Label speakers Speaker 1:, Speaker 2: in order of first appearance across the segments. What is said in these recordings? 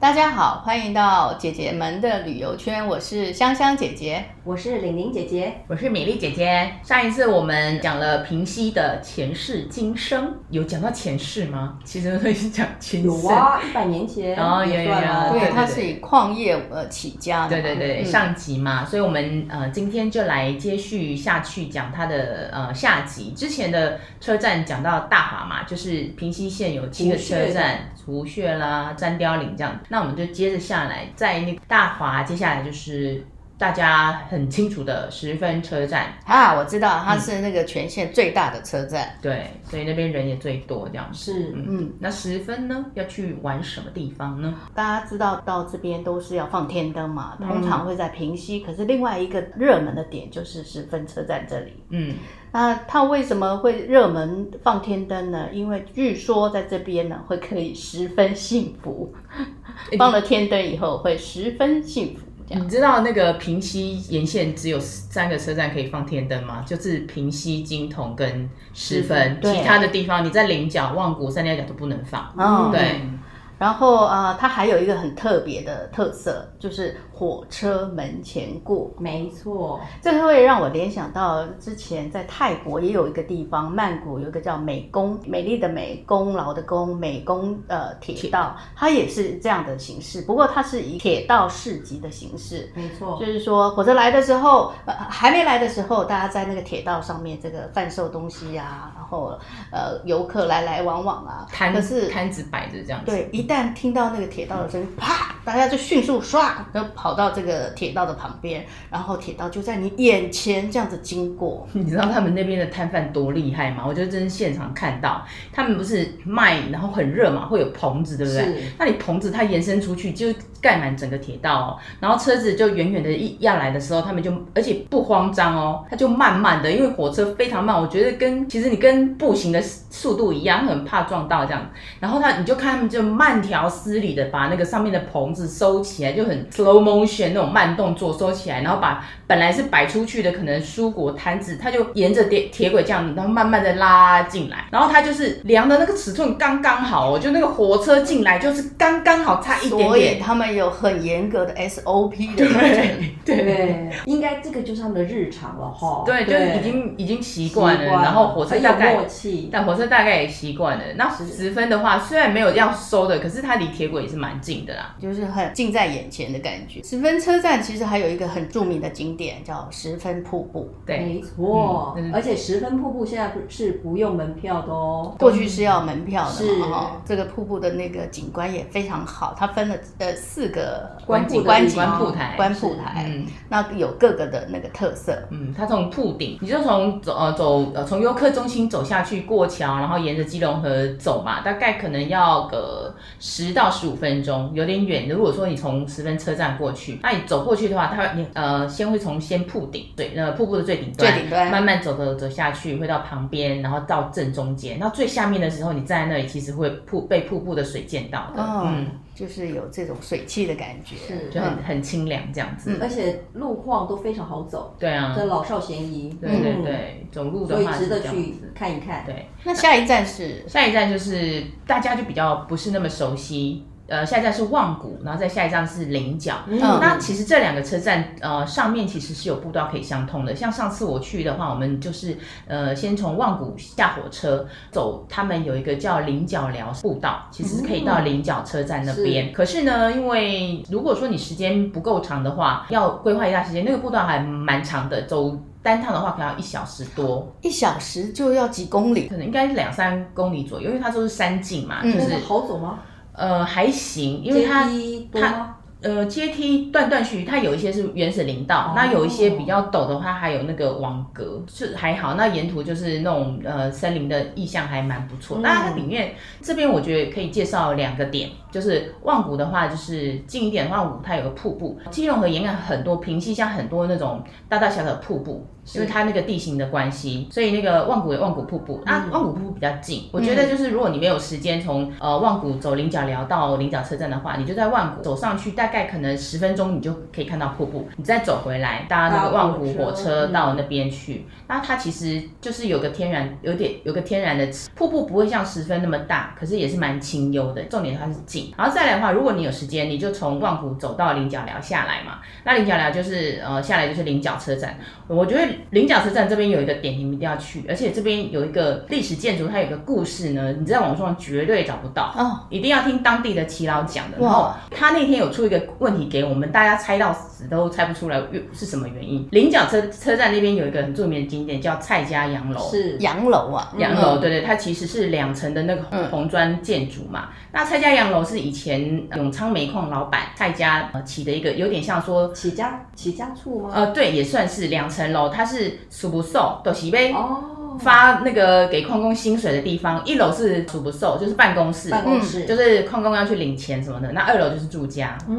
Speaker 1: 大家好，欢迎到姐姐们的旅游圈，我是香香姐姐。
Speaker 2: 我是玲玲姐姐，
Speaker 3: 我是米粒姐姐。上一次我们讲了平息的前世今生，有讲到前世吗？其实都是讲前世。
Speaker 2: 有啊，一百年前
Speaker 3: 哦有
Speaker 2: 也算啊
Speaker 3: 有有
Speaker 1: 对，
Speaker 3: 对
Speaker 1: 她是以矿业呃起家的，
Speaker 3: 对对对，
Speaker 1: 嗯
Speaker 3: 上集嘛，所以我们呃今天就来接续下去讲它的呃下集。之前的车站讲到大华嘛，就是平西县有七个
Speaker 2: 胡
Speaker 3: 车
Speaker 2: 穴
Speaker 3: 站，竹穴啦、詹雕岭这样。那我们就接着下来，在那个大华，接下来就是大家很清楚的十分车站。
Speaker 1: 啊，我知道它是那个全县最大的车站。
Speaker 3: 对，所以那边人也最多这样子。
Speaker 2: 是
Speaker 1: 嗯，
Speaker 3: 那十分呢，要去玩什么地方呢？
Speaker 1: 大家知道到这边都是要放天灯嘛，通常会在平溪，可是另外一个热门的点就是十分车站这里。
Speaker 3: 嗯，
Speaker 1: 那它为什么会热门放天灯呢？因为据说在这边呢会可以十分幸福，
Speaker 3: 嗯
Speaker 1: 放了天灯以后会十分幸福。这样
Speaker 3: 你知道那个平西沿线只有三个车站可以放天灯吗？就是平西、金铜跟十分，
Speaker 1: 对
Speaker 3: 其他的地方你在菱角、望谷、三貂角都不能放。
Speaker 1: 哦
Speaker 3: 对，
Speaker 1: 然后啊、呃它还有一个很特别的特色，就是火车门前过，
Speaker 2: 没错，
Speaker 1: 这会让我联想到之前在泰国也有一个地方，曼谷有一个叫美宫，美丽的美，功劳的功，美宫呃铁道，它也是这样的形式，不过它是以铁道市集的形式。
Speaker 2: 没错，
Speaker 1: 就是说，火车来的时候、呃，还没来的时候，大家在那个铁道上面这个贩售东西啊，然后呃，游客来来往往啊，
Speaker 3: 摊
Speaker 1: 可是
Speaker 3: 摊子摆着这样子。
Speaker 1: 对，一旦听到那个铁道的声音，啪，大家就迅速唰，就跑到这个铁道的旁边，然后铁道就在你眼前这样子经过。
Speaker 3: 你知道他们那边的摊贩多厉害吗？我就真是现场看到，他们不是卖，然后很热嘛，会有棚子，对不对
Speaker 2: 是？
Speaker 3: 那你棚子它延伸出去就盖满整个铁道哦，然后车子就远远的一要来的时候，他们就而且不慌张哦，它就慢慢的，因为火车非常慢，我觉得跟其实你跟步行的速度一样，很怕撞到这样。然后他你就看他们就慢条斯理的把那个上面的棚子收起来，就很 slow motion 那种慢动作收起来，然后把本来是摆出去的可能蔬果摊子，他就沿着铁铁轨这样，然后慢慢的拉进来，然后他就是量的那个尺寸刚刚好哦，就那个火车进来就是刚刚好差一点
Speaker 1: 所以
Speaker 3: 点，
Speaker 1: 他们有很严格的 SOP 的流程。
Speaker 2: 对，应该这个就是他们的日常了哈，
Speaker 3: 对，就已经已经习惯了，
Speaker 2: 习惯
Speaker 3: 然后火车
Speaker 2: 很
Speaker 3: 大
Speaker 2: 有
Speaker 3: 概
Speaker 2: 默契，
Speaker 3: 但火车大概也习惯了。那
Speaker 2: 是
Speaker 3: 十分的话，虽然没有要收的，可是它离铁轨也是蛮近的啦。
Speaker 1: 就是很近在眼前的感觉。十分车站其实还有一个很著名的景点叫十分瀑布，
Speaker 3: 对，
Speaker 2: 没错
Speaker 3: 嗯，
Speaker 2: 而且十分瀑布现在不是不用门票的哦，
Speaker 1: 过去是要门票的
Speaker 2: 是
Speaker 1: 嘛，哦，这个瀑布的那个景观也非常好，它分了呃四个
Speaker 2: 观瀑的
Speaker 1: 观
Speaker 2: 地
Speaker 1: 景
Speaker 2: 方
Speaker 3: 观瀑台
Speaker 1: 观瀑台，
Speaker 3: 嗯
Speaker 1: 那有各个的那个特色。
Speaker 3: 嗯，它从铺顶，你就从走呃走呃从游客中心走下去，过桥，然后沿着基隆河走嘛，大概可能要个十到十五分钟，有点远。如果说你从十分车站过去，那你走过去的话，它你呃先会从先铺顶对，呃瀑布的最顶端，
Speaker 1: 最顶端
Speaker 3: 慢慢走走走下去，会到旁边，然后到正中间，到最下面的时候，你站在那里其实会瀑被瀑布的水溅到的，
Speaker 1: 哦
Speaker 3: 嗯，
Speaker 1: 就是有这种水汽的感觉。
Speaker 2: 是
Speaker 3: 就很很清凉这样子。
Speaker 2: 而且路况都非常好走，
Speaker 3: 对啊，
Speaker 2: 这老少咸宜，
Speaker 3: 对对
Speaker 2: 嗯，
Speaker 3: 对，走路的
Speaker 2: 所以
Speaker 3: 话是
Speaker 2: 值得
Speaker 3: 这样
Speaker 2: 去
Speaker 3: 子
Speaker 2: 看一看，
Speaker 3: 对。
Speaker 1: 那下一站是
Speaker 3: 下一站就是大家就比较不是那么熟悉，呃，下一站是望谷，然后再下一站是菱角。
Speaker 2: 嗯
Speaker 3: 那其实这两个车站，呃，上面其实是有步道可以相通的。像上次我去的话，我们就是呃，先从望谷下火车，走他们有一个叫菱角寮步道，其实是可以到菱角车站那边。可是呢，因为如果说你时间不够长的话，要规划一下时间，那个步道还蛮长的，走单趟的话可能要一小时多。
Speaker 1: 一小时就要几公里，
Speaker 3: 可能应该两三公里左右，因为它都是山径嘛，
Speaker 1: 嗯
Speaker 3: 就
Speaker 2: 那
Speaker 3: 是
Speaker 2: 个好走吗？
Speaker 3: 呃还行，因为它
Speaker 2: 阶梯多吗？
Speaker 3: 呃阶梯断断续续，它有一些是原始林道，
Speaker 2: 哦
Speaker 3: 那有一些比较陡的话，还有那个网格，是还好。那沿途就是那种呃森林的意象还蛮不错。
Speaker 2: 嗯
Speaker 3: 那它里面这边我觉得可以介绍两个点，就是望谷的话，就是近一点的话，望谷它有个瀑布，基隆河沿岸很多平溪像很多那种大大小小的瀑布，因为它那个地形的关系，所以那个望谷有望谷瀑布，那、
Speaker 2: 嗯
Speaker 3: 望谷瀑布比较近。我觉得就是如果你没有时间从呃望谷走菱角寮到菱角车站的话，你就在望谷走上去，大概可能十分钟你就可以看到瀑布，你再走回来搭那个万湖火车到那边去。那它其实就是有个天然，有点有个天然的瀑布，不会像十分那么大，可是也是蛮清幽的。重点它是近，然后再来的话，如果你有时间，你就从万湖走到菱角寮下来嘛。那菱角寮就是呃下来就是菱角车站，我觉得菱角车站这边有一个点你们一定要去，而且这边有一个历史建筑，它有一个故事呢，你在网上绝对找不到。
Speaker 1: 哦，
Speaker 3: 一定要听当地的耆老讲的。
Speaker 1: 哇
Speaker 3: 然后他那天有出一个问题给我们，大家猜到死都猜不出来是什么原因。菱角车车站那边有一个很著名的景点叫蔡家洋楼。
Speaker 2: 是
Speaker 1: 洋楼啊，
Speaker 3: 洋楼，对对，它其实是两层的那个红红砖建筑嘛。那蔡家洋楼是以前呃永昌煤矿老板蔡家呃起的一个，有点像说
Speaker 2: 起家起家处吗？
Speaker 3: 呃，对，也算是两层楼，它是数不寿，斗喜杯
Speaker 2: 哦，
Speaker 3: 发那个给矿工薪水的地方，一楼是数不寿，就是办公室，
Speaker 2: 办公室
Speaker 3: 就是矿工要去领钱什么的，那二楼就是住家，
Speaker 2: 嗯，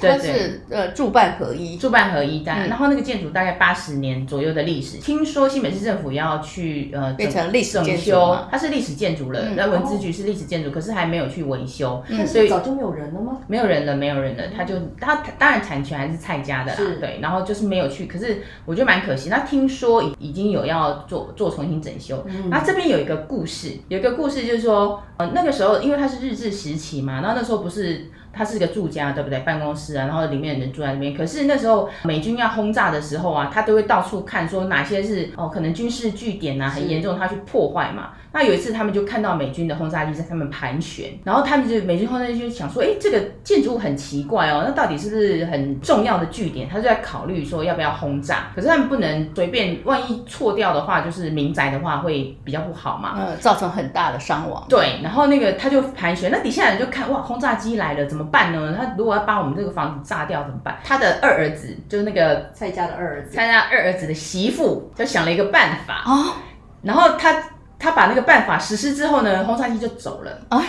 Speaker 1: 它
Speaker 3: 对对。
Speaker 1: 是呃住办合一，
Speaker 3: 住办合一
Speaker 1: 嗯
Speaker 3: 单，然后那个建筑大概八十年左右的历史。听说新北市政府要去呃
Speaker 1: 变
Speaker 3: 整
Speaker 1: 成历史
Speaker 3: 整
Speaker 1: 建筑嗯哦
Speaker 3: 修
Speaker 1: 吗，
Speaker 3: 它是历史建筑了。那、文资局是历史建筑，可是还没有去维修，
Speaker 1: 嗯
Speaker 2: 但
Speaker 3: 所以
Speaker 2: 是早就没有人了吗？
Speaker 3: 没有人了，没有人了，他就他他当然产权还是蔡家的啦
Speaker 2: 是，
Speaker 3: 对，然后就是没有去，可是我觉得蛮可惜。那听说已已经有要做做重新整修，
Speaker 2: 嗯
Speaker 3: 然后这边有一个故事，有一个故事就是说，呃，那个时候因为它是日治时期嘛，然后那时候不是。它是一个住家，对不对？办公室啊，然后里面的人住在那边。可是那时候美军要轰炸的时候啊，他都会到处看，说哪些是哦，可能军事据点啊，很严重，他去破坏嘛。那有一次他们就看到美军的轰炸机在他们盘旋，然后他们就美军轰炸机就想说，哎，这个建筑物很奇怪哦，那到底是不是很重要的据点？他就在考虑说要不要轰炸，可是他们不能随便，万一错掉的话，就是民宅的话会比较不好嘛。
Speaker 1: 呃，造成很大的伤亡。
Speaker 3: 对，然后那个他就盘旋，那底下人就看哇，轰炸机来了，怎么办呢？他如果要把我们这个房子炸掉怎么办？他的二儿子就是那个
Speaker 2: 蔡家的二儿子，
Speaker 3: 参加二儿子的媳妇，就想了一个办法，
Speaker 1: 哦，
Speaker 3: 然后他他把那个办法实施之后呢，轰炸机就走了。
Speaker 1: 哎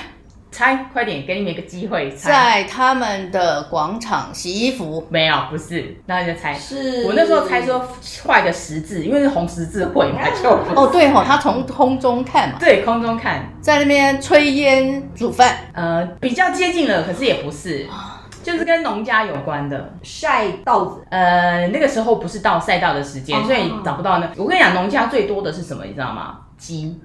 Speaker 3: 猜，快点，给你们一个机会猜。
Speaker 1: 在他们的广场洗衣服，
Speaker 3: 没有，不是，然后你就猜。
Speaker 2: 是
Speaker 3: 我那时候猜说画一个十字，因为是红十字会嘛，就
Speaker 1: 哦，对
Speaker 3: 嗯
Speaker 1: 吼、他从空中看嘛，
Speaker 3: 对空中看，
Speaker 1: 在那边炊烟煮饭，
Speaker 3: 呃，比较接近了，可是也不是，
Speaker 1: 哦
Speaker 3: 就是跟农家有关的。
Speaker 2: 晒稻子，
Speaker 3: 呃，那个时候不是到赛道的时间，
Speaker 2: 哦
Speaker 3: 所以找不到那。我跟你讲，农家最多的是什么，你知道吗？鸡。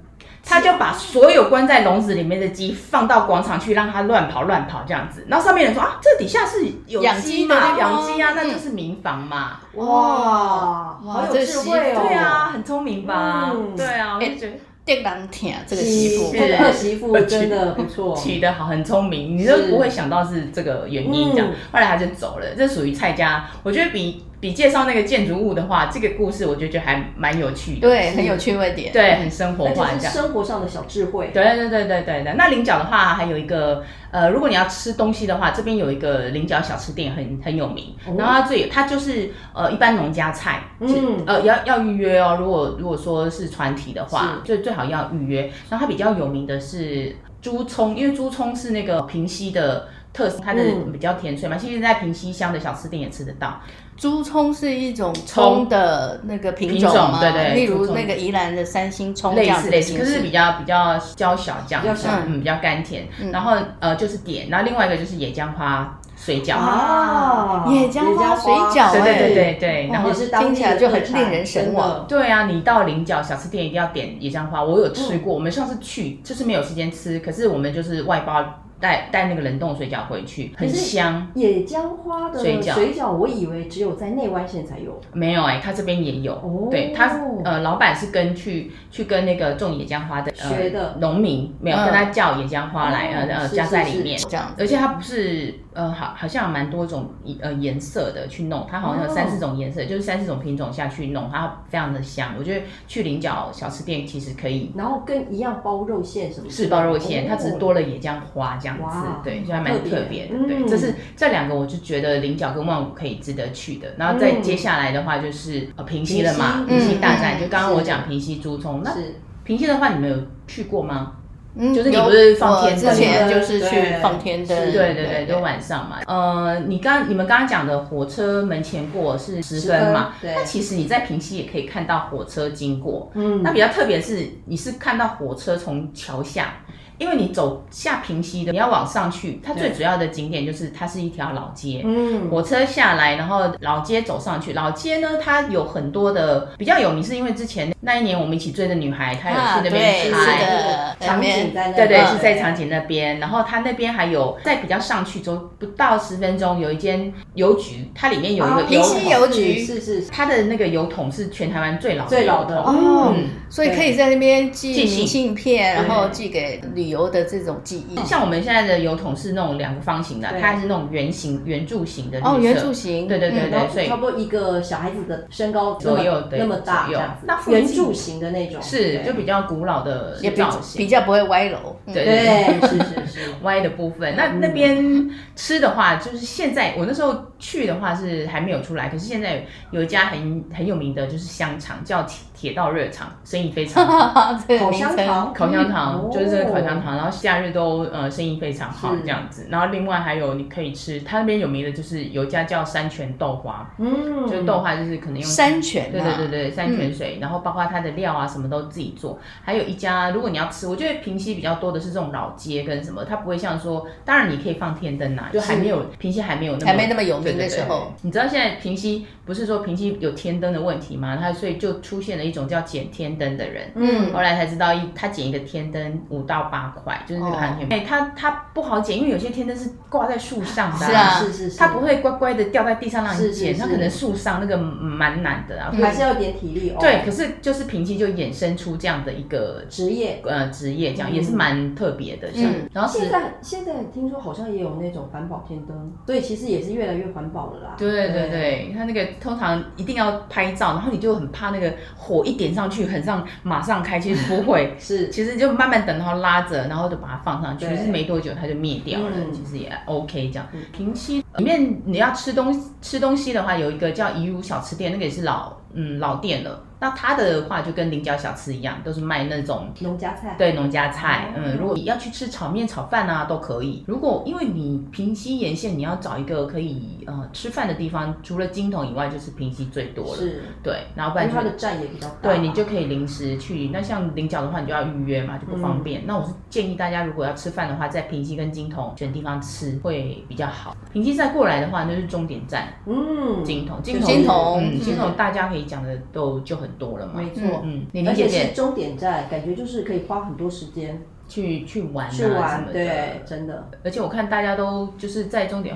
Speaker 3: 他就把所有关在笼子里面的鸡放到广场去，让它乱跑乱跑这样子。然后上面人说啊，这底下是有
Speaker 1: 养
Speaker 3: 鸡
Speaker 1: 鸡
Speaker 3: 嘛嗯
Speaker 1: 的，地方
Speaker 3: 养鸡啊，那
Speaker 1: 嗯
Speaker 3: 就是民房嘛。
Speaker 2: 哇，好有
Speaker 1: 这
Speaker 2: 智
Speaker 1: 媳
Speaker 2: 慧
Speaker 1: 妇
Speaker 2: 哦，
Speaker 3: 对啊，很聪明吧？
Speaker 2: 嗯
Speaker 3: 对啊，我就觉得
Speaker 1: 电当舔这个媳妇
Speaker 2: 是，啊这个二媳妇真 的不错，
Speaker 3: 取得好，很聪明，你都不会想到是这个原因这样
Speaker 2: 嗯。
Speaker 3: 后来他就走了，这属于蔡家。我觉得比比介绍那个建筑物的话，这个故事我就觉得还蛮有趣的，
Speaker 1: 对，很有趣味点。
Speaker 3: 对，很生活
Speaker 2: 而
Speaker 3: 化
Speaker 2: 且
Speaker 3: 这
Speaker 2: 是
Speaker 3: 样。
Speaker 2: 生活上的小智慧，
Speaker 3: 对对对对对对，那菱角的话，还有一个呃，如果你要吃东西的话，这边有一个菱角小吃店很很有名，
Speaker 2: 哦
Speaker 3: 然后它最它就是呃一般农家菜，嗯
Speaker 2: 嗯
Speaker 3: 呃要要预约哦，如果如果说是团体的话，就最好要预约。然后它比较有名的是猪葱，因为猪葱是那个平溪的。特色，它的
Speaker 2: 嗯
Speaker 3: 比较甜脆嘛，其实在平溪乡的小吃店也吃得到。
Speaker 1: 猪葱是一种葱的那个品种
Speaker 3: 品种
Speaker 1: 吗？
Speaker 3: 对对
Speaker 1: 例
Speaker 3: 猪
Speaker 1: 如
Speaker 3: 葱
Speaker 1: 那个宜兰的三星葱这
Speaker 3: 类
Speaker 1: 样
Speaker 3: 似
Speaker 1: 子
Speaker 3: 类
Speaker 1: 的
Speaker 3: 似，
Speaker 1: 形
Speaker 3: 可是比较比较娇小这样
Speaker 2: 比较
Speaker 3: 子
Speaker 2: 小，
Speaker 3: 嗯，比较甘甜。然后呃就是点，然后另外一个就是野姜花水饺，
Speaker 2: 啊
Speaker 1: 野姜花水饺
Speaker 3: 对对对
Speaker 1: 哎
Speaker 3: 对对，然后
Speaker 2: 哦也是当地
Speaker 1: 听起来
Speaker 2: 的
Speaker 1: 就很
Speaker 2: 特产
Speaker 1: 令人神往。
Speaker 3: 对啊，你到菱角小吃店一定要点野姜花，我有吃
Speaker 2: 嗯
Speaker 3: 过，我们上次去就是没有时间吃，可是我们就是外包带带那个冷冻水饺回去，很
Speaker 2: 可是
Speaker 3: 香。
Speaker 2: 真的野姜花的
Speaker 3: 水
Speaker 2: 水
Speaker 3: 饺
Speaker 2: 饺，我以为只有在内湾县才有，
Speaker 3: 没有哎、他这边也有，
Speaker 2: 哦
Speaker 3: 对他呃，老板是跟去去跟那个种野姜花的、呃、
Speaker 2: 学的
Speaker 3: 农民，没有、
Speaker 1: 嗯
Speaker 3: 跟他叫野姜花来、
Speaker 2: 哦
Speaker 3: 呃呃
Speaker 2: 是
Speaker 3: 加
Speaker 2: 是
Speaker 3: 在
Speaker 2: 是
Speaker 3: 里面，
Speaker 1: 这样子
Speaker 3: 而且它不是呃好好像有蛮多种呃颜色的去弄，它好像有
Speaker 2: 哦
Speaker 3: 三四种颜色，就是三四种品种下去弄，它非常的香。我觉得去菱角小吃店其实可以
Speaker 2: 然后跟一样包肉馅什么，
Speaker 3: 是包肉馅，
Speaker 2: 哦
Speaker 3: 它只是多了野姜花这样子
Speaker 2: 哇，
Speaker 3: 对，就还蛮
Speaker 2: 特别
Speaker 3: 特别的。
Speaker 2: 嗯
Speaker 3: 对，这是这两个，我就觉得菱角跟万五可以值得去的。然后再接下来的话就是呃平溪了嘛，平
Speaker 2: 平
Speaker 1: 溪
Speaker 3: 溪大战，
Speaker 1: 嗯
Speaker 3: 就刚刚我
Speaker 2: 是
Speaker 3: 讲平溪猪葱，那
Speaker 2: 是
Speaker 3: 平溪的话你们有去过吗？
Speaker 1: 嗯
Speaker 3: 就是你
Speaker 1: 有
Speaker 3: 不是放天灯
Speaker 1: 我之前
Speaker 2: 吗
Speaker 1: 就是去
Speaker 2: 对
Speaker 1: 放天灯，
Speaker 2: 是
Speaker 3: 对对对，就晚上嘛。呃，你刚你们刚刚讲的火车门前过是十分嘛？
Speaker 2: 十分对
Speaker 3: 那其实你在平溪也可以看到火车经过。
Speaker 2: 嗯
Speaker 3: 那比较特别是，你是看到火车从桥下因为你走下平溪的，你要往上去，它最主要的景点就是它是一条老街。
Speaker 2: 嗯，
Speaker 3: 火车下来，然后老街走上去。老街呢，它有很多的比较有名，是因为之前那一年我们一起追的女孩，她有去那
Speaker 1: 对，
Speaker 3: 边
Speaker 1: 是
Speaker 3: 拍，
Speaker 1: 的，
Speaker 2: 哎场景在那
Speaker 3: 对
Speaker 2: 边，
Speaker 4: 嗯
Speaker 3: 对，是在场景那边。然后它那边还有在比较上去走不到十分钟，有一间邮局，它里面有一嗯个
Speaker 2: 啊
Speaker 3: 邮
Speaker 4: 哦平西
Speaker 3: 筒，
Speaker 4: 邮局
Speaker 2: 是是是
Speaker 3: 它的那个邮筒是全台湾最老的
Speaker 2: 最老的
Speaker 3: 邮筒
Speaker 4: 哦
Speaker 3: 嗯，
Speaker 4: 所以可以在那边寄
Speaker 3: 寄信
Speaker 4: 明信片，然后
Speaker 2: 对
Speaker 4: 寄给旅游的这种记忆。
Speaker 3: 像我们现在的油桶是那种两个方形的，
Speaker 2: 对
Speaker 3: 它还是那种圆形圆柱形的绿色
Speaker 4: 哦，圆柱形，
Speaker 3: 对对对
Speaker 4: 嗯
Speaker 2: 然后
Speaker 3: 所以
Speaker 2: 差不多一个小孩子的身高
Speaker 3: 左右对
Speaker 2: 那么那么大
Speaker 3: 左
Speaker 2: 这
Speaker 3: 右
Speaker 2: 样子
Speaker 3: 那，附近
Speaker 2: 圆柱形的那种，
Speaker 3: 是
Speaker 2: 对
Speaker 3: 就比较古老的
Speaker 4: 也比
Speaker 3: 造
Speaker 4: 比
Speaker 3: 型，
Speaker 4: 较不会歪楼。嗯
Speaker 3: 对
Speaker 2: 对，是是是，
Speaker 3: 歪的部分。那那边吃的话，就是现在我那时候去的话是还没有出来，可是现在有一家很很有名的就是香肠，叫铁铁道热肠，生意非常好。
Speaker 4: 这个
Speaker 2: 口
Speaker 4: 名
Speaker 2: 香
Speaker 4: 称
Speaker 2: 糖，
Speaker 3: 口香糖、
Speaker 2: 嗯
Speaker 3: 就是这个口香
Speaker 2: 哦
Speaker 3: 糖，然后夏日都呃生意非常好
Speaker 2: 是
Speaker 3: 这样子。然后另外还有你可以吃，它那边有名的就是有一家叫山泉豆花，
Speaker 2: 嗯，
Speaker 3: 就是豆花就是可能用
Speaker 4: 山泉
Speaker 3: 对
Speaker 4: 啊
Speaker 3: 对对对，山泉水，然后包括它的料啊，什么都自己做。还有一家，如果你要吃，我觉得平溪比较多的是这种老街跟什么，它不会像说，当然你可以放天灯啊，就还没有平溪还没有那么
Speaker 4: 还没那么有名
Speaker 3: 对
Speaker 4: 的
Speaker 3: 对
Speaker 4: 时候，
Speaker 3: 你知道现在平溪不是说平溪有天灯的问题吗？它所以就出现了一种叫捡天灯的人。
Speaker 4: 嗯，
Speaker 3: 后来才知道一，他捡一个天灯五到八块，就是那
Speaker 2: 哦
Speaker 3: 个寒天。哎、他他不好捡，因为有些天灯是挂在树上的、
Speaker 4: 是啊
Speaker 2: 是是是，
Speaker 3: 嗯它不会乖乖的掉在地上让你
Speaker 2: 是是
Speaker 3: 捡，它
Speaker 2: 是
Speaker 3: 可能树上那个蛮难的啊。
Speaker 4: 嗯
Speaker 2: 还是要有点体力哦，
Speaker 3: 对，可是就是平溪就衍生出这样的一个
Speaker 2: 职业。
Speaker 3: 呃职业，这样、
Speaker 2: 嗯
Speaker 3: 也是蛮特别的。这样，
Speaker 4: 嗯
Speaker 3: 然后
Speaker 2: 现
Speaker 3: 是，
Speaker 2: 在现在听说好像也有那种环保天灯，所以其实也是越来越环保了啦。。
Speaker 3: 对对对，它那个通常一定要拍照，然后你就很怕那个火一点上去，很上马上开，其实不会
Speaker 2: 是
Speaker 3: 其实就慢慢等，然后拉着，然后就把它放上去，
Speaker 2: 对
Speaker 3: 可是没多久它就灭掉了，
Speaker 2: 嗯
Speaker 3: 其实也 OK 这样。平溪里面你要吃东吃东西的话，有一个叫怡如小吃店，那个也是老嗯老店了。那它的话就跟菱角小吃一样，都是卖那种
Speaker 2: 农家菜，
Speaker 3: 对农家菜，
Speaker 2: 哦
Speaker 3: 嗯，如果你要去吃炒面、炒饭啊，都可以。如果因为你平溪沿线，你要找一个可以呃吃饭的地方，除了金桶以外，就是平溪最多了。
Speaker 2: 是，
Speaker 3: 对，然后不
Speaker 2: 因为
Speaker 3: 然
Speaker 2: 它的
Speaker 3: 就
Speaker 2: 站也比较大嘛。
Speaker 3: 对你就可以临时去。那像菱角的话，你就要预约嘛，就不方
Speaker 2: 嗯
Speaker 3: 便。那我是建议大家，如果要吃饭的话，在平溪跟金桶选地方吃会比较好。平溪再过来的话，那就是终点站
Speaker 2: 嗯，
Speaker 3: 金桶，金
Speaker 4: 就
Speaker 3: 桶，
Speaker 4: 金桶
Speaker 3: 嗯，
Speaker 4: 嗯
Speaker 3: 金桶大家可以讲的都就很多了嘛。
Speaker 2: 没错，
Speaker 3: 嗯，玲玲
Speaker 2: 而且
Speaker 3: 姐姐
Speaker 2: 是终点站，感觉就是可以花很多时间
Speaker 3: 去去玩啊
Speaker 2: 去
Speaker 3: 什么
Speaker 2: 玩，
Speaker 3: 的
Speaker 2: 对，真的
Speaker 3: 而且我看大家都就是在终点，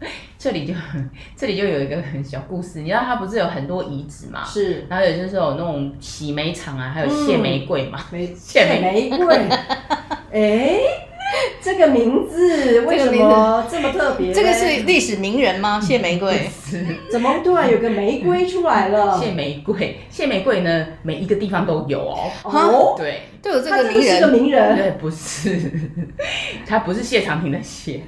Speaker 3: 这里就 这里就有一个小故事，你知道它不是有很多遗址嘛？
Speaker 2: 是
Speaker 3: 然后有就是有那种洗煤厂啊，还
Speaker 2: 嗯
Speaker 3: 有谢玫瑰嘛，
Speaker 2: 玫
Speaker 3: 谢
Speaker 2: 玫瑰，哎，这个名字为什
Speaker 4: 这个名
Speaker 2: 么这么特别呢？
Speaker 4: 这个是历史名人吗？谢玫
Speaker 3: 嗯
Speaker 4: 瑰，
Speaker 2: 怎么突然有个玫瑰出来了？
Speaker 3: 谢玫瑰，谢玫瑰呢，每一个地方都有哦。
Speaker 2: 哦，
Speaker 3: 对，
Speaker 4: 都有这
Speaker 2: 他
Speaker 4: 个
Speaker 2: 真
Speaker 4: 名
Speaker 2: 的是个
Speaker 4: 人，
Speaker 2: 名人，
Speaker 3: 对，不是， 它不是谢长廷的谢，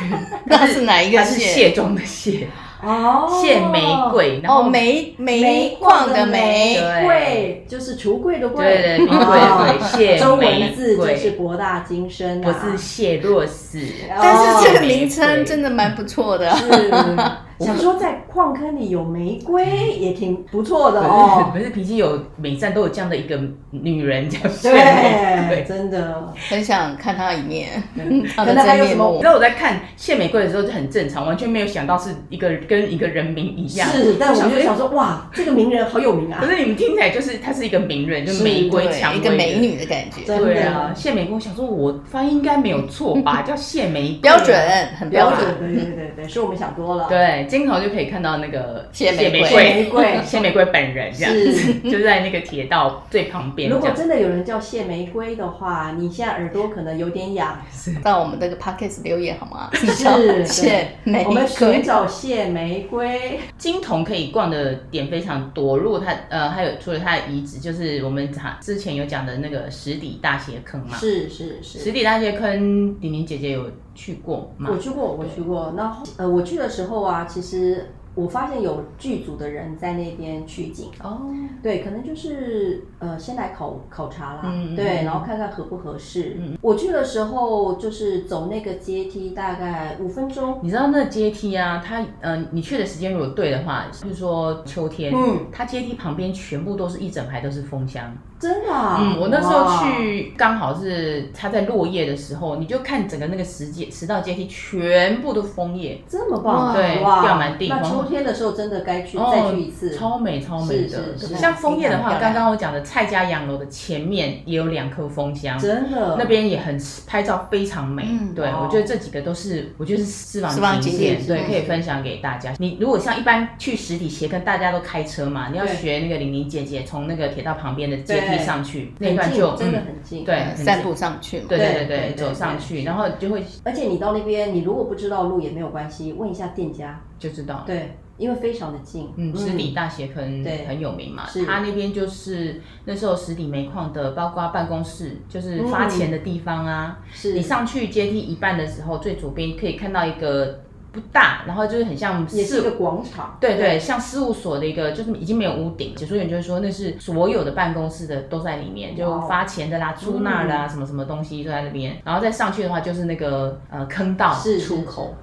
Speaker 4: 那是哪一个
Speaker 3: 它是
Speaker 4: 谢？
Speaker 3: 卸妆的卸，
Speaker 2: 哦，
Speaker 3: 谢玫。瑰，然
Speaker 4: 哦，
Speaker 3: 后
Speaker 4: 煤煤
Speaker 2: 煤
Speaker 4: 矿
Speaker 2: 矿
Speaker 4: 的
Speaker 2: 的
Speaker 4: 煤
Speaker 2: 煤，
Speaker 3: 对
Speaker 2: 柜就是橱柜的柜，
Speaker 3: 对对冰柜的柜
Speaker 2: 哦
Speaker 3: 谢
Speaker 2: 中
Speaker 3: 玫
Speaker 2: 文字就
Speaker 3: 瑰
Speaker 2: 是博大精深
Speaker 3: 我
Speaker 2: 啊。
Speaker 3: 是谢若思，
Speaker 4: 但是这个
Speaker 3: 哦
Speaker 4: 名称
Speaker 3: 对
Speaker 4: 真的蛮不错的。
Speaker 2: 是想说在矿坑里有玫瑰也挺不错的
Speaker 3: 可
Speaker 2: 哦。
Speaker 3: 是可是平溪有每站都有这样的一个女人叫谢 玫瑰
Speaker 2: 对，。真的
Speaker 4: 很想看他一面， 他的
Speaker 2: 可能还
Speaker 4: 真
Speaker 2: 有
Speaker 4: 面
Speaker 2: 什么
Speaker 3: 你
Speaker 4: 目
Speaker 3: 知。道我在看谢玫瑰的时候就很正常，完全没有想到是一个跟一个人名一样。
Speaker 2: 是，但我们就
Speaker 3: 想
Speaker 2: 想说，哇，这个名人好有名啊
Speaker 3: 可，是你们听起来就是她是一个名人，就是玫瑰
Speaker 4: 对，一
Speaker 3: 蔷薇
Speaker 4: 个美。女的感觉，
Speaker 2: 真
Speaker 3: 对啊，
Speaker 2: 的
Speaker 3: 谢玫瑰，我想说我发音应该没有错 吧？叫谢玫瑰。
Speaker 4: 标准。，很标
Speaker 2: 标
Speaker 4: 准。
Speaker 2: 准。对对对对，是我们想多了。
Speaker 3: 对，镜头就可以看到那个
Speaker 4: 谢玫瑰
Speaker 2: 谢玫瑰
Speaker 3: 谢玫瑰本人这样
Speaker 2: 是
Speaker 3: 子， 就在那个铁道最旁边
Speaker 2: 如
Speaker 3: 这
Speaker 2: 果
Speaker 3: 样。
Speaker 2: 真的有人叫谢玫瑰的话，你现在耳朵可能有点痒。
Speaker 4: 到我们这个 podcast 留言好吗？
Speaker 2: 是
Speaker 4: 谢玫
Speaker 2: 我们寻
Speaker 4: 瑰，
Speaker 2: 找谢玫瑰，
Speaker 3: 金童可以逛的点非常多，如果它呃还有除了它的遗址，就是我们讲之前有讲的那个石底大斜坑嘛。
Speaker 2: 是是是，
Speaker 3: 石底大斜坑，玲玲姐姐有去过吗
Speaker 2: 我？去过，我去过。那呃，我去的时候啊，其实我发现有剧组的人在那边取景，
Speaker 4: 嗯
Speaker 3: 哦，
Speaker 2: 对，可能就是呃，先来考考察啦，
Speaker 3: 嗯
Speaker 2: 对，
Speaker 3: 嗯
Speaker 2: 然后看看合不合适。我去的时候就是走那个阶梯，大概五分钟。
Speaker 3: 你知道那阶梯啊，它呃，你去的时间如果对的话，就是说秋天，
Speaker 2: 嗯，
Speaker 3: 它阶梯旁边全部都是一整排都是枫香。
Speaker 2: 真的、啊，
Speaker 3: 嗯，我那时候
Speaker 2: 哇，
Speaker 3: 去刚好是它在落叶的时候，你就看整个那个石阶石道阶梯全部都是枫叶，
Speaker 2: 这么棒，啊
Speaker 4: 哇
Speaker 3: 对
Speaker 2: 哇，
Speaker 3: 掉满地
Speaker 2: 那秋
Speaker 3: 黄
Speaker 2: 天的时候真的该去、再去一次，
Speaker 3: 超美超美的。
Speaker 2: 是是是
Speaker 3: 像枫叶的话，
Speaker 4: 非常漂亮
Speaker 3: 刚刚我讲的蔡家洋楼的前面也有两棵枫香。
Speaker 2: 真的
Speaker 3: 那边也很拍照非常美，
Speaker 4: 嗯
Speaker 3: 对、
Speaker 2: 哇
Speaker 3: 我觉得这几个都是我觉得是
Speaker 4: 私
Speaker 3: 私
Speaker 4: 房
Speaker 3: 房
Speaker 4: 景
Speaker 3: 景
Speaker 4: 点
Speaker 3: 点，对，
Speaker 4: 嗯
Speaker 3: 可以分享给大家。你如果像一般去实体斜跟大家都开车嘛，你要
Speaker 2: 对
Speaker 3: 学那个玲玲姐姐从那个铁道旁边的阶梯
Speaker 2: 对
Speaker 3: 上去，那一
Speaker 2: 很
Speaker 3: 段
Speaker 2: 近，
Speaker 3: 就
Speaker 2: 真的
Speaker 3: 嗯
Speaker 2: 很近。
Speaker 3: 对
Speaker 4: 呃
Speaker 3: 很近
Speaker 4: 散步上去嘛。
Speaker 3: 对对对
Speaker 2: 对
Speaker 3: 对，
Speaker 2: 对
Speaker 3: 走上去，然后就会
Speaker 2: 而且你到那边，你如果不知道路也没有关系，问一下店家，
Speaker 3: 就知道。
Speaker 2: 对，因为非常的近。
Speaker 3: 嗯，石底大斜坑
Speaker 2: 对
Speaker 3: 很有名嘛
Speaker 2: 是，
Speaker 3: 它那边就是那时候石底煤矿的，包括办公室，就是发钱的地方啊。
Speaker 2: 嗯是
Speaker 3: 你上去阶梯一半的时候，最左边可以看到一个不大，然后就是很像
Speaker 2: 也是一
Speaker 3: 事
Speaker 2: 个广场，
Speaker 3: 对对，像事务所的一个，就是已经没有屋顶。解说员就会说，那是所有的办公室的都在里面，
Speaker 2: 哇
Speaker 3: 就
Speaker 2: 哦嗯
Speaker 3: 发钱的啦、出纳的啦、什么什么东西都在那边。然后再上去的话，就是那个呃坑道
Speaker 2: 是
Speaker 3: 出口。。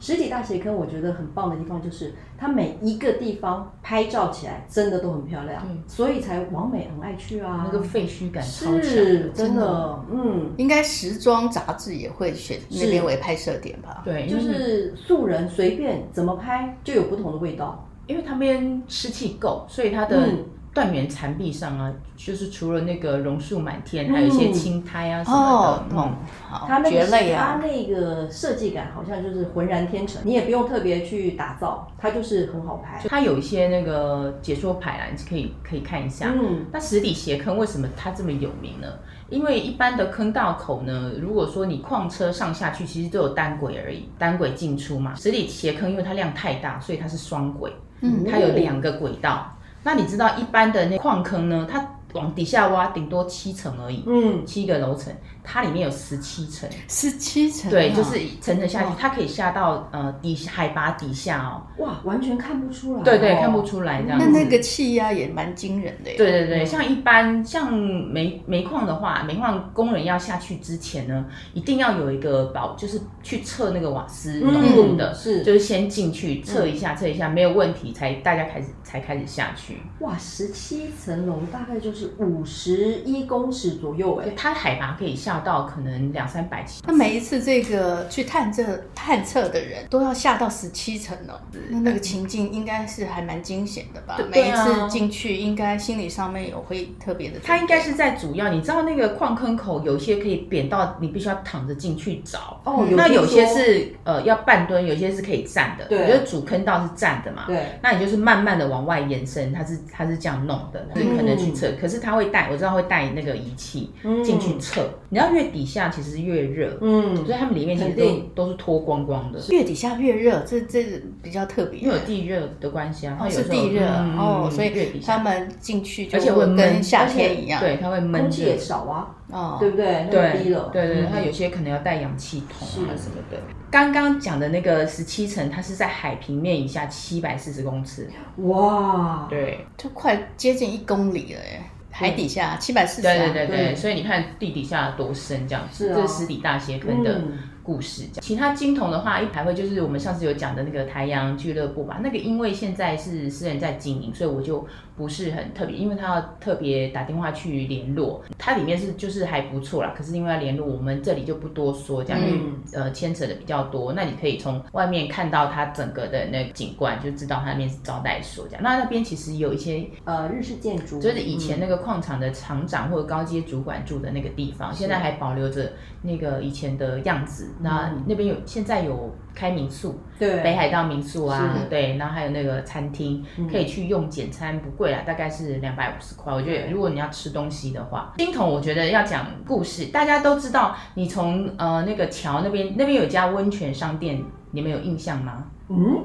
Speaker 2: 实体大斜坑，我觉得很棒的地方就是它每一个地方拍照起来真的都很漂亮，所以才王美很爱去啊。
Speaker 3: 那个废墟感超强，
Speaker 2: 是真的，嗯，
Speaker 4: 应该时装杂志也会选那边为拍摄点吧？
Speaker 3: 对，因
Speaker 2: 就
Speaker 3: 为
Speaker 2: 是素人随便怎么拍就有不同的味道。
Speaker 3: 因为他边湿气够，所以它的
Speaker 2: 嗯
Speaker 3: 断垣残壁上啊，就是除了那个榕树满天，还有一些青苔啊什么
Speaker 4: 哦，
Speaker 3: 的。
Speaker 4: 懂
Speaker 3: 嗯，。
Speaker 4: 好
Speaker 2: 它，那
Speaker 4: 蕨
Speaker 2: 个
Speaker 4: 类
Speaker 2: 它
Speaker 4: 啊，
Speaker 2: 那个设计感好像就是浑然天成，你也不用特别去打造，它就是很好拍。
Speaker 3: 它有一些那个解说牌啦，啊你可以可以看一下。
Speaker 2: 嗯，
Speaker 3: 那石底斜坑为什么它这么有名呢？因为一般的坑道口呢，如果说你矿车上下去，其实都有单轨而已，单轨进出嘛。石底斜坑因为它量太大，所以它是双轨，
Speaker 4: 嗯
Speaker 3: 它有两个轨道。那你知道一般的那矿坑呢，它往底下挖顶多七层而已，
Speaker 2: 嗯，
Speaker 3: 七个楼层，它里面有十七层，
Speaker 4: 十七层啊，
Speaker 3: 对，
Speaker 2: 哦
Speaker 3: 就是层层下去，它可以下到呃底下海拔底下哦，
Speaker 2: 哇，完全看不出来哦。
Speaker 3: 对对，看不出来这样
Speaker 4: 那
Speaker 3: 子。
Speaker 4: 那个气压也蛮惊人的耶。
Speaker 3: 对对对，像一般像煤煤矿的话，煤矿工人要下去之前呢，一定要有一个保，就是去测那个瓦斯
Speaker 2: 嗯
Speaker 3: 浓度的，
Speaker 2: 是
Speaker 3: 就是先进去测一下，测一下没有问题，才大家开始才开始下去。
Speaker 2: 哇，十七层楼大概就是五十一公尺左右哎、
Speaker 3: 它海拔可以下到可能两三百七，
Speaker 4: 那每一次这个去探测探测的人都要下到十七层哦，那那个情境应该是还蛮惊险的吧？
Speaker 3: 对
Speaker 4: 每一
Speaker 3: 对
Speaker 4: 次
Speaker 3: 啊
Speaker 4: 进去，应该心理上面有会特别的。
Speaker 3: 它啊应该是在主要，你知道那个矿坑口有些可以扁到你必须要躺着进去找。
Speaker 2: 哦，
Speaker 4: 嗯
Speaker 2: 有
Speaker 3: 那有
Speaker 2: 听
Speaker 3: 些
Speaker 2: 说
Speaker 3: 是呃要半蹲，有些是可以站的。
Speaker 2: 对
Speaker 3: 我觉得主坑道是站的嘛。
Speaker 2: 对，
Speaker 3: 那你就是慢慢的往外延伸，它是它是这样弄的，你可能去测，可是它会带，我知道会带那个仪器
Speaker 2: 嗯
Speaker 3: 进去测，你知道越底下其实越热，
Speaker 2: 嗯
Speaker 3: 所以他们里面其实
Speaker 2: 肯
Speaker 3: 都
Speaker 2: 定
Speaker 3: 都是脱光光的，
Speaker 4: 越底下越热，这这比较特别
Speaker 3: 因为有。地热的关系啊，它
Speaker 4: 哦，
Speaker 3: 有时
Speaker 4: 是
Speaker 3: 候
Speaker 4: 地热
Speaker 3: 嗯
Speaker 4: 哦，
Speaker 3: 嗯
Speaker 4: 所
Speaker 3: 越
Speaker 4: 以
Speaker 3: 底
Speaker 4: 他
Speaker 3: 下
Speaker 4: 们进去就
Speaker 3: 而且会闷
Speaker 4: 跟夏天一样。
Speaker 3: 对，它会闷
Speaker 2: 空气
Speaker 3: 热
Speaker 2: 也。少啊，
Speaker 4: 哦，
Speaker 2: 对不对？那么
Speaker 3: 对
Speaker 2: 低了，
Speaker 3: 对对，
Speaker 2: 嗯
Speaker 3: 它有些可能要带氧气筒啊
Speaker 2: 是
Speaker 3: 什么的。刚刚讲的那个十七层，它是在海平面以下七百四十公尺。
Speaker 2: 嗯哇，
Speaker 3: 对，
Speaker 4: 就快接近一公里了耶，海底下七百四十。啊
Speaker 3: 对对对对，
Speaker 2: 对
Speaker 3: 所以你看地底下多深这样子，
Speaker 2: 是啊
Speaker 3: 这是十底大斜坑的
Speaker 2: 嗯
Speaker 3: 故事这样。其他金童的话，一排会就是我们上次有讲的那个台阳俱乐部吧，那个因为现在是私人在经营，所以我就不是很特别，因为他要特别打电话去联络，它里面是就是还不错啦，可是因为要联络，我们这里就不多说这样，因为
Speaker 2: 嗯
Speaker 3: 呃牵扯的比较多，那你可以从外面看到它整个的那个景观，就知道它那边是招待所这样。那那边其实有一些
Speaker 2: 呃，日式建筑
Speaker 3: 就是以
Speaker 2: 嗯
Speaker 3: 前那个矿场的厂长或者高阶主管住的那个地方，现在还保留着那个以前的样子。那
Speaker 2: 嗯
Speaker 3: 那边有现在有开民宿，
Speaker 2: 对
Speaker 3: 北海道民宿啊
Speaker 2: 是，嗯
Speaker 3: 对，然后还有那个餐厅可以去用，简餐不贵啦，大概是两百五十块。我觉得如果你要吃东西的话，金童我觉得要讲故事，大家都知道，你从呃那个桥那边那边有一家温泉商店，你们有印象吗？
Speaker 2: 嗯，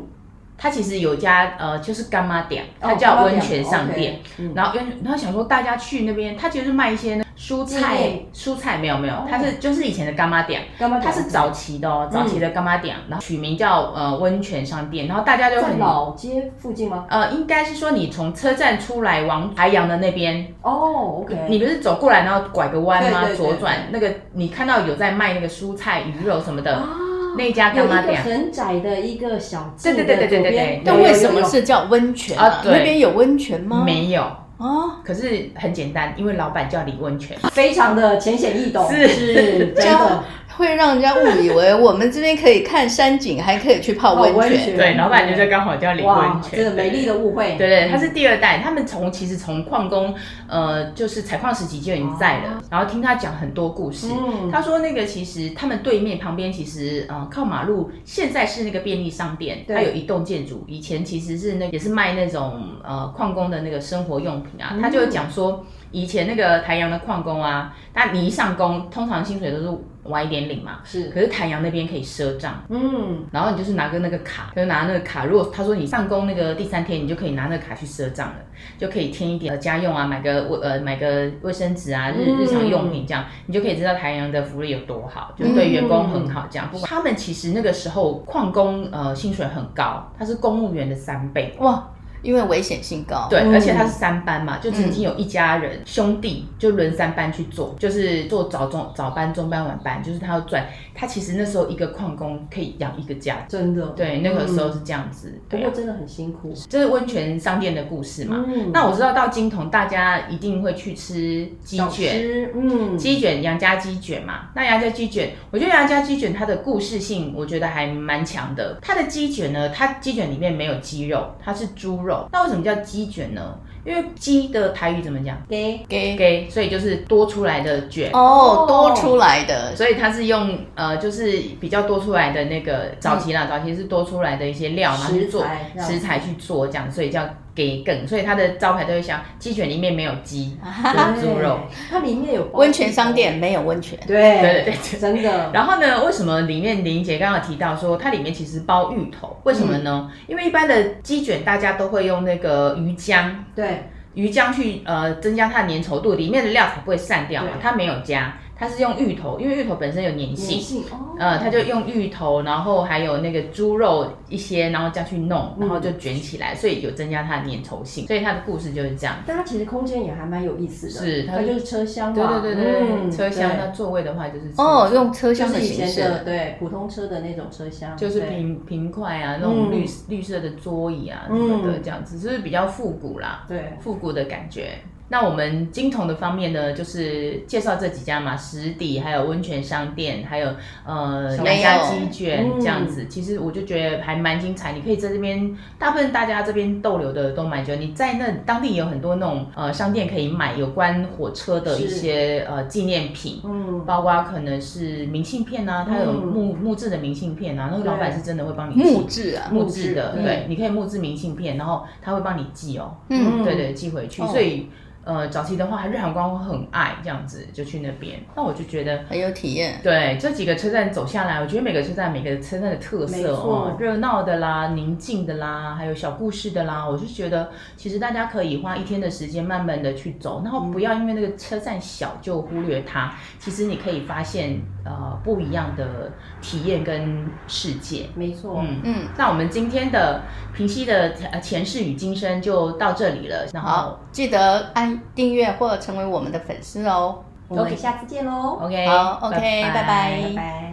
Speaker 3: 它其实有一家呃，就是干妈店，它
Speaker 2: 哦
Speaker 3: 叫
Speaker 2: 干妈
Speaker 3: 温
Speaker 2: 店
Speaker 3: 泉上店。
Speaker 2: 嗯
Speaker 3: 然后温，然后想说大家去那边，它其实是卖一些蔬
Speaker 2: 纪
Speaker 3: 菜
Speaker 2: 念，
Speaker 3: 蔬菜没有没有
Speaker 2: 哦，嗯
Speaker 3: 它是就是以前的干妈店，
Speaker 2: 干嘛？
Speaker 3: 它是早期的哦，早期的干妈店，然后取名叫呃温泉商店，然后大家就
Speaker 2: 在
Speaker 3: 很
Speaker 2: 老街附近吗？
Speaker 3: 呃，应该是说你从车站出来往海洋的那边，
Speaker 2: 哦，OK，
Speaker 3: 你不是走过来然后拐个弯吗？
Speaker 2: 对对对
Speaker 3: 左转那个你看到有在卖那个蔬菜鱼肉什么的，
Speaker 2: 啊，
Speaker 3: 那一家
Speaker 2: 有
Speaker 3: 干
Speaker 2: 一
Speaker 3: 妈
Speaker 2: 个
Speaker 3: 店，
Speaker 2: 很窄的一个小
Speaker 3: 对
Speaker 2: 径
Speaker 3: 对
Speaker 2: 的
Speaker 3: 对对对
Speaker 2: 左
Speaker 3: 对
Speaker 2: 边
Speaker 3: 对
Speaker 4: 那
Speaker 2: 有有
Speaker 4: 为
Speaker 2: 有
Speaker 4: 什么
Speaker 2: 有
Speaker 4: 是叫温泉啊
Speaker 3: 啊？对
Speaker 4: 那边有温泉
Speaker 2: 啊
Speaker 4: 吗？
Speaker 3: 没有。
Speaker 4: 哦，
Speaker 3: 可是很简单，因为老板叫李温泉，
Speaker 2: 非常的浅显易懂？
Speaker 3: 是
Speaker 2: 是，真
Speaker 4: 教
Speaker 2: 的。
Speaker 4: 会让人家误以为我们这边可以看山景，还可以去泡
Speaker 2: 泡
Speaker 4: 温
Speaker 2: 温
Speaker 4: 泉。
Speaker 2: 泉
Speaker 3: 对，老板就是刚好叫李
Speaker 2: 哇
Speaker 3: 温，泉，
Speaker 2: 真的美丽的误会。
Speaker 3: 对对，他是第二代，他们从其实从矿工，呃，就是采矿时期就已经在了。然后听他讲很多故事，
Speaker 2: 哦嗯
Speaker 3: 他说那个其实他们对面旁边其实呃靠马路现在是那个便利商店，
Speaker 2: 对
Speaker 3: 它有一栋建筑，以前其实是那也是卖那种呃矿工的那个生活用品
Speaker 2: 嗯
Speaker 3: 啊。他就讲说以前那个台阳的矿工啊，那你一上工通常薪水都是晚一点领嘛，
Speaker 2: 是，
Speaker 3: 可是台阳那边可以赊账。
Speaker 2: 嗯，
Speaker 3: 然后你就是拿个那个卡，就拿那个卡。如果他说你上工那个第三天，你就可以拿那个卡去赊账了，就可以添一点呃家用啊，买个卫呃买个卫生纸啊，日
Speaker 2: 嗯
Speaker 3: 日常用品这样，你就可以知道台阳的福利有多好，就是对员工很好这样。不过他们其实那个时候矿工呃薪水很高，他是公务员的三倍。
Speaker 4: 哇，因为危险性高。
Speaker 3: 对，
Speaker 2: 嗯
Speaker 3: 而且他是三班嘛，就曾经有一家人、兄弟就轮三班去做，就是做早中早班、中班、晚班，就是他要赚。他其实那时候一个矿工可以养一个家
Speaker 2: 真的。
Speaker 3: 对，那个时候
Speaker 2: 嗯，
Speaker 3: 是这样子。
Speaker 2: 不
Speaker 3: 对
Speaker 2: 过
Speaker 3: 啊，
Speaker 2: 真的很辛苦。
Speaker 3: 这是温泉商店的故事嘛。
Speaker 2: 嗯
Speaker 3: 那我知道到金童，大家一定会去吃鸡
Speaker 2: 小
Speaker 3: 卷，
Speaker 2: 吃，嗯，
Speaker 3: 鸡卷杨家鸡卷嘛。那杨家鸡卷，我觉得杨家鸡卷它的故事性，我觉得还蛮强的。它的鸡卷呢，它鸡卷里面没有鸡肉，它是猪肉。那为什么叫鸡卷呢？因为鸡的台语怎么讲？
Speaker 2: 给
Speaker 4: 给
Speaker 3: 给，所以就是多出来的卷。
Speaker 4: 哦，多出来的
Speaker 3: 所以它是用呃，就是比较多出来的那个早期啦，早期是多出来的一些料，然后去做
Speaker 2: 嗯食材让
Speaker 3: 食材去做这样，所以叫给梗。所以它的招牌都会想鸡卷里面没有鸡，就是猪肉。，
Speaker 2: 啊对它里面有包
Speaker 4: 温泉商，店没有温泉，
Speaker 2: 对
Speaker 3: 对对对
Speaker 2: 真的，
Speaker 3: 然后呢，为什么里面林杰刚刚有提到说它里面其实包芋头？为什么呢？
Speaker 2: 嗯
Speaker 3: 因为一般的鸡卷大家都会用那个鱼浆。
Speaker 2: 对，
Speaker 3: 鱼浆去呃增加它的粘稠度，里面的料才不会散掉嘛
Speaker 2: 对。
Speaker 3: 它没有加，它是用芋头，因为芋头本身有粘性
Speaker 2: 粘，性哦，
Speaker 3: 呃，他就用芋头，然后还有那个猪肉一些，然后这样去弄，然后就卷起来，所以有增加它的粘稠性。所以它的故事就是这样。
Speaker 2: 但它其实空间也还蛮有意思的，
Speaker 3: 是它
Speaker 2: 它就是车厢
Speaker 3: 对
Speaker 2: 嘛，
Speaker 3: 对对对，
Speaker 2: 嗯
Speaker 3: 车厢
Speaker 2: 对
Speaker 3: 那座位的话就是车
Speaker 4: 哦，，用车
Speaker 2: 就
Speaker 4: 厢的
Speaker 2: 是以
Speaker 4: 形
Speaker 2: 前
Speaker 4: 式
Speaker 2: 的。对普通车的那种车厢，
Speaker 3: 就是
Speaker 2: 对
Speaker 3: 平平块啊，那种
Speaker 2: 嗯
Speaker 3: 绿、绿色的桌椅啊什么的，这样子就是比较复古啦，
Speaker 2: 对
Speaker 3: 复古的感觉。那我们金童的方面呢，就是介绍这几家嘛，实底还有温泉商店，还有呃
Speaker 4: 小
Speaker 3: 杨家
Speaker 4: 没有
Speaker 3: 鸡卷
Speaker 2: 嗯
Speaker 3: 这样子。其实我就觉得还蛮精彩，你可以在这边，大部分大家这边逗留的都蛮久。你在那当地有很多那种呃商店可以买有关火车的一
Speaker 2: 是
Speaker 3: 些呃纪念品，
Speaker 2: 嗯，
Speaker 3: 包括可能是明信片啊，它有
Speaker 2: 嗯
Speaker 3: 木、木质的明信片啊，那个
Speaker 2: 对
Speaker 3: 老板是真的会帮你寄
Speaker 4: 木质啊，
Speaker 3: 木质的，
Speaker 2: 木质
Speaker 3: 对，你可以木质明信片，然后他会帮你寄哦，
Speaker 4: 嗯，
Speaker 3: 对对，寄回去。
Speaker 4: 哦
Speaker 3: 所以呃，早期的话，日韩观光很爱这样子，就去那边。那我就觉得。
Speaker 4: 很有体验。
Speaker 3: 对这几个车站走下来，我觉得每个车站每个车站的特
Speaker 2: 没
Speaker 3: 色哦
Speaker 2: 错，
Speaker 3: 热闹的啦，宁静的啦，还有小故事的啦，我就觉得其实大家可以花一天的时间慢慢的去走，然后不要因为那个车站小就忽略它。其实你可以发现呃不一样的体验跟世界。
Speaker 2: 没错，
Speaker 3: 嗯
Speaker 4: 嗯，
Speaker 3: 那我们今天的平息的呃前世与今生就到这里了。然后
Speaker 4: 好，记得按订阅或成为我们的粉丝哦。
Speaker 2: 我们
Speaker 3: OK
Speaker 2: 下次见喽，
Speaker 3: ，OK，
Speaker 4: 好，OK，拜拜
Speaker 2: 拜拜。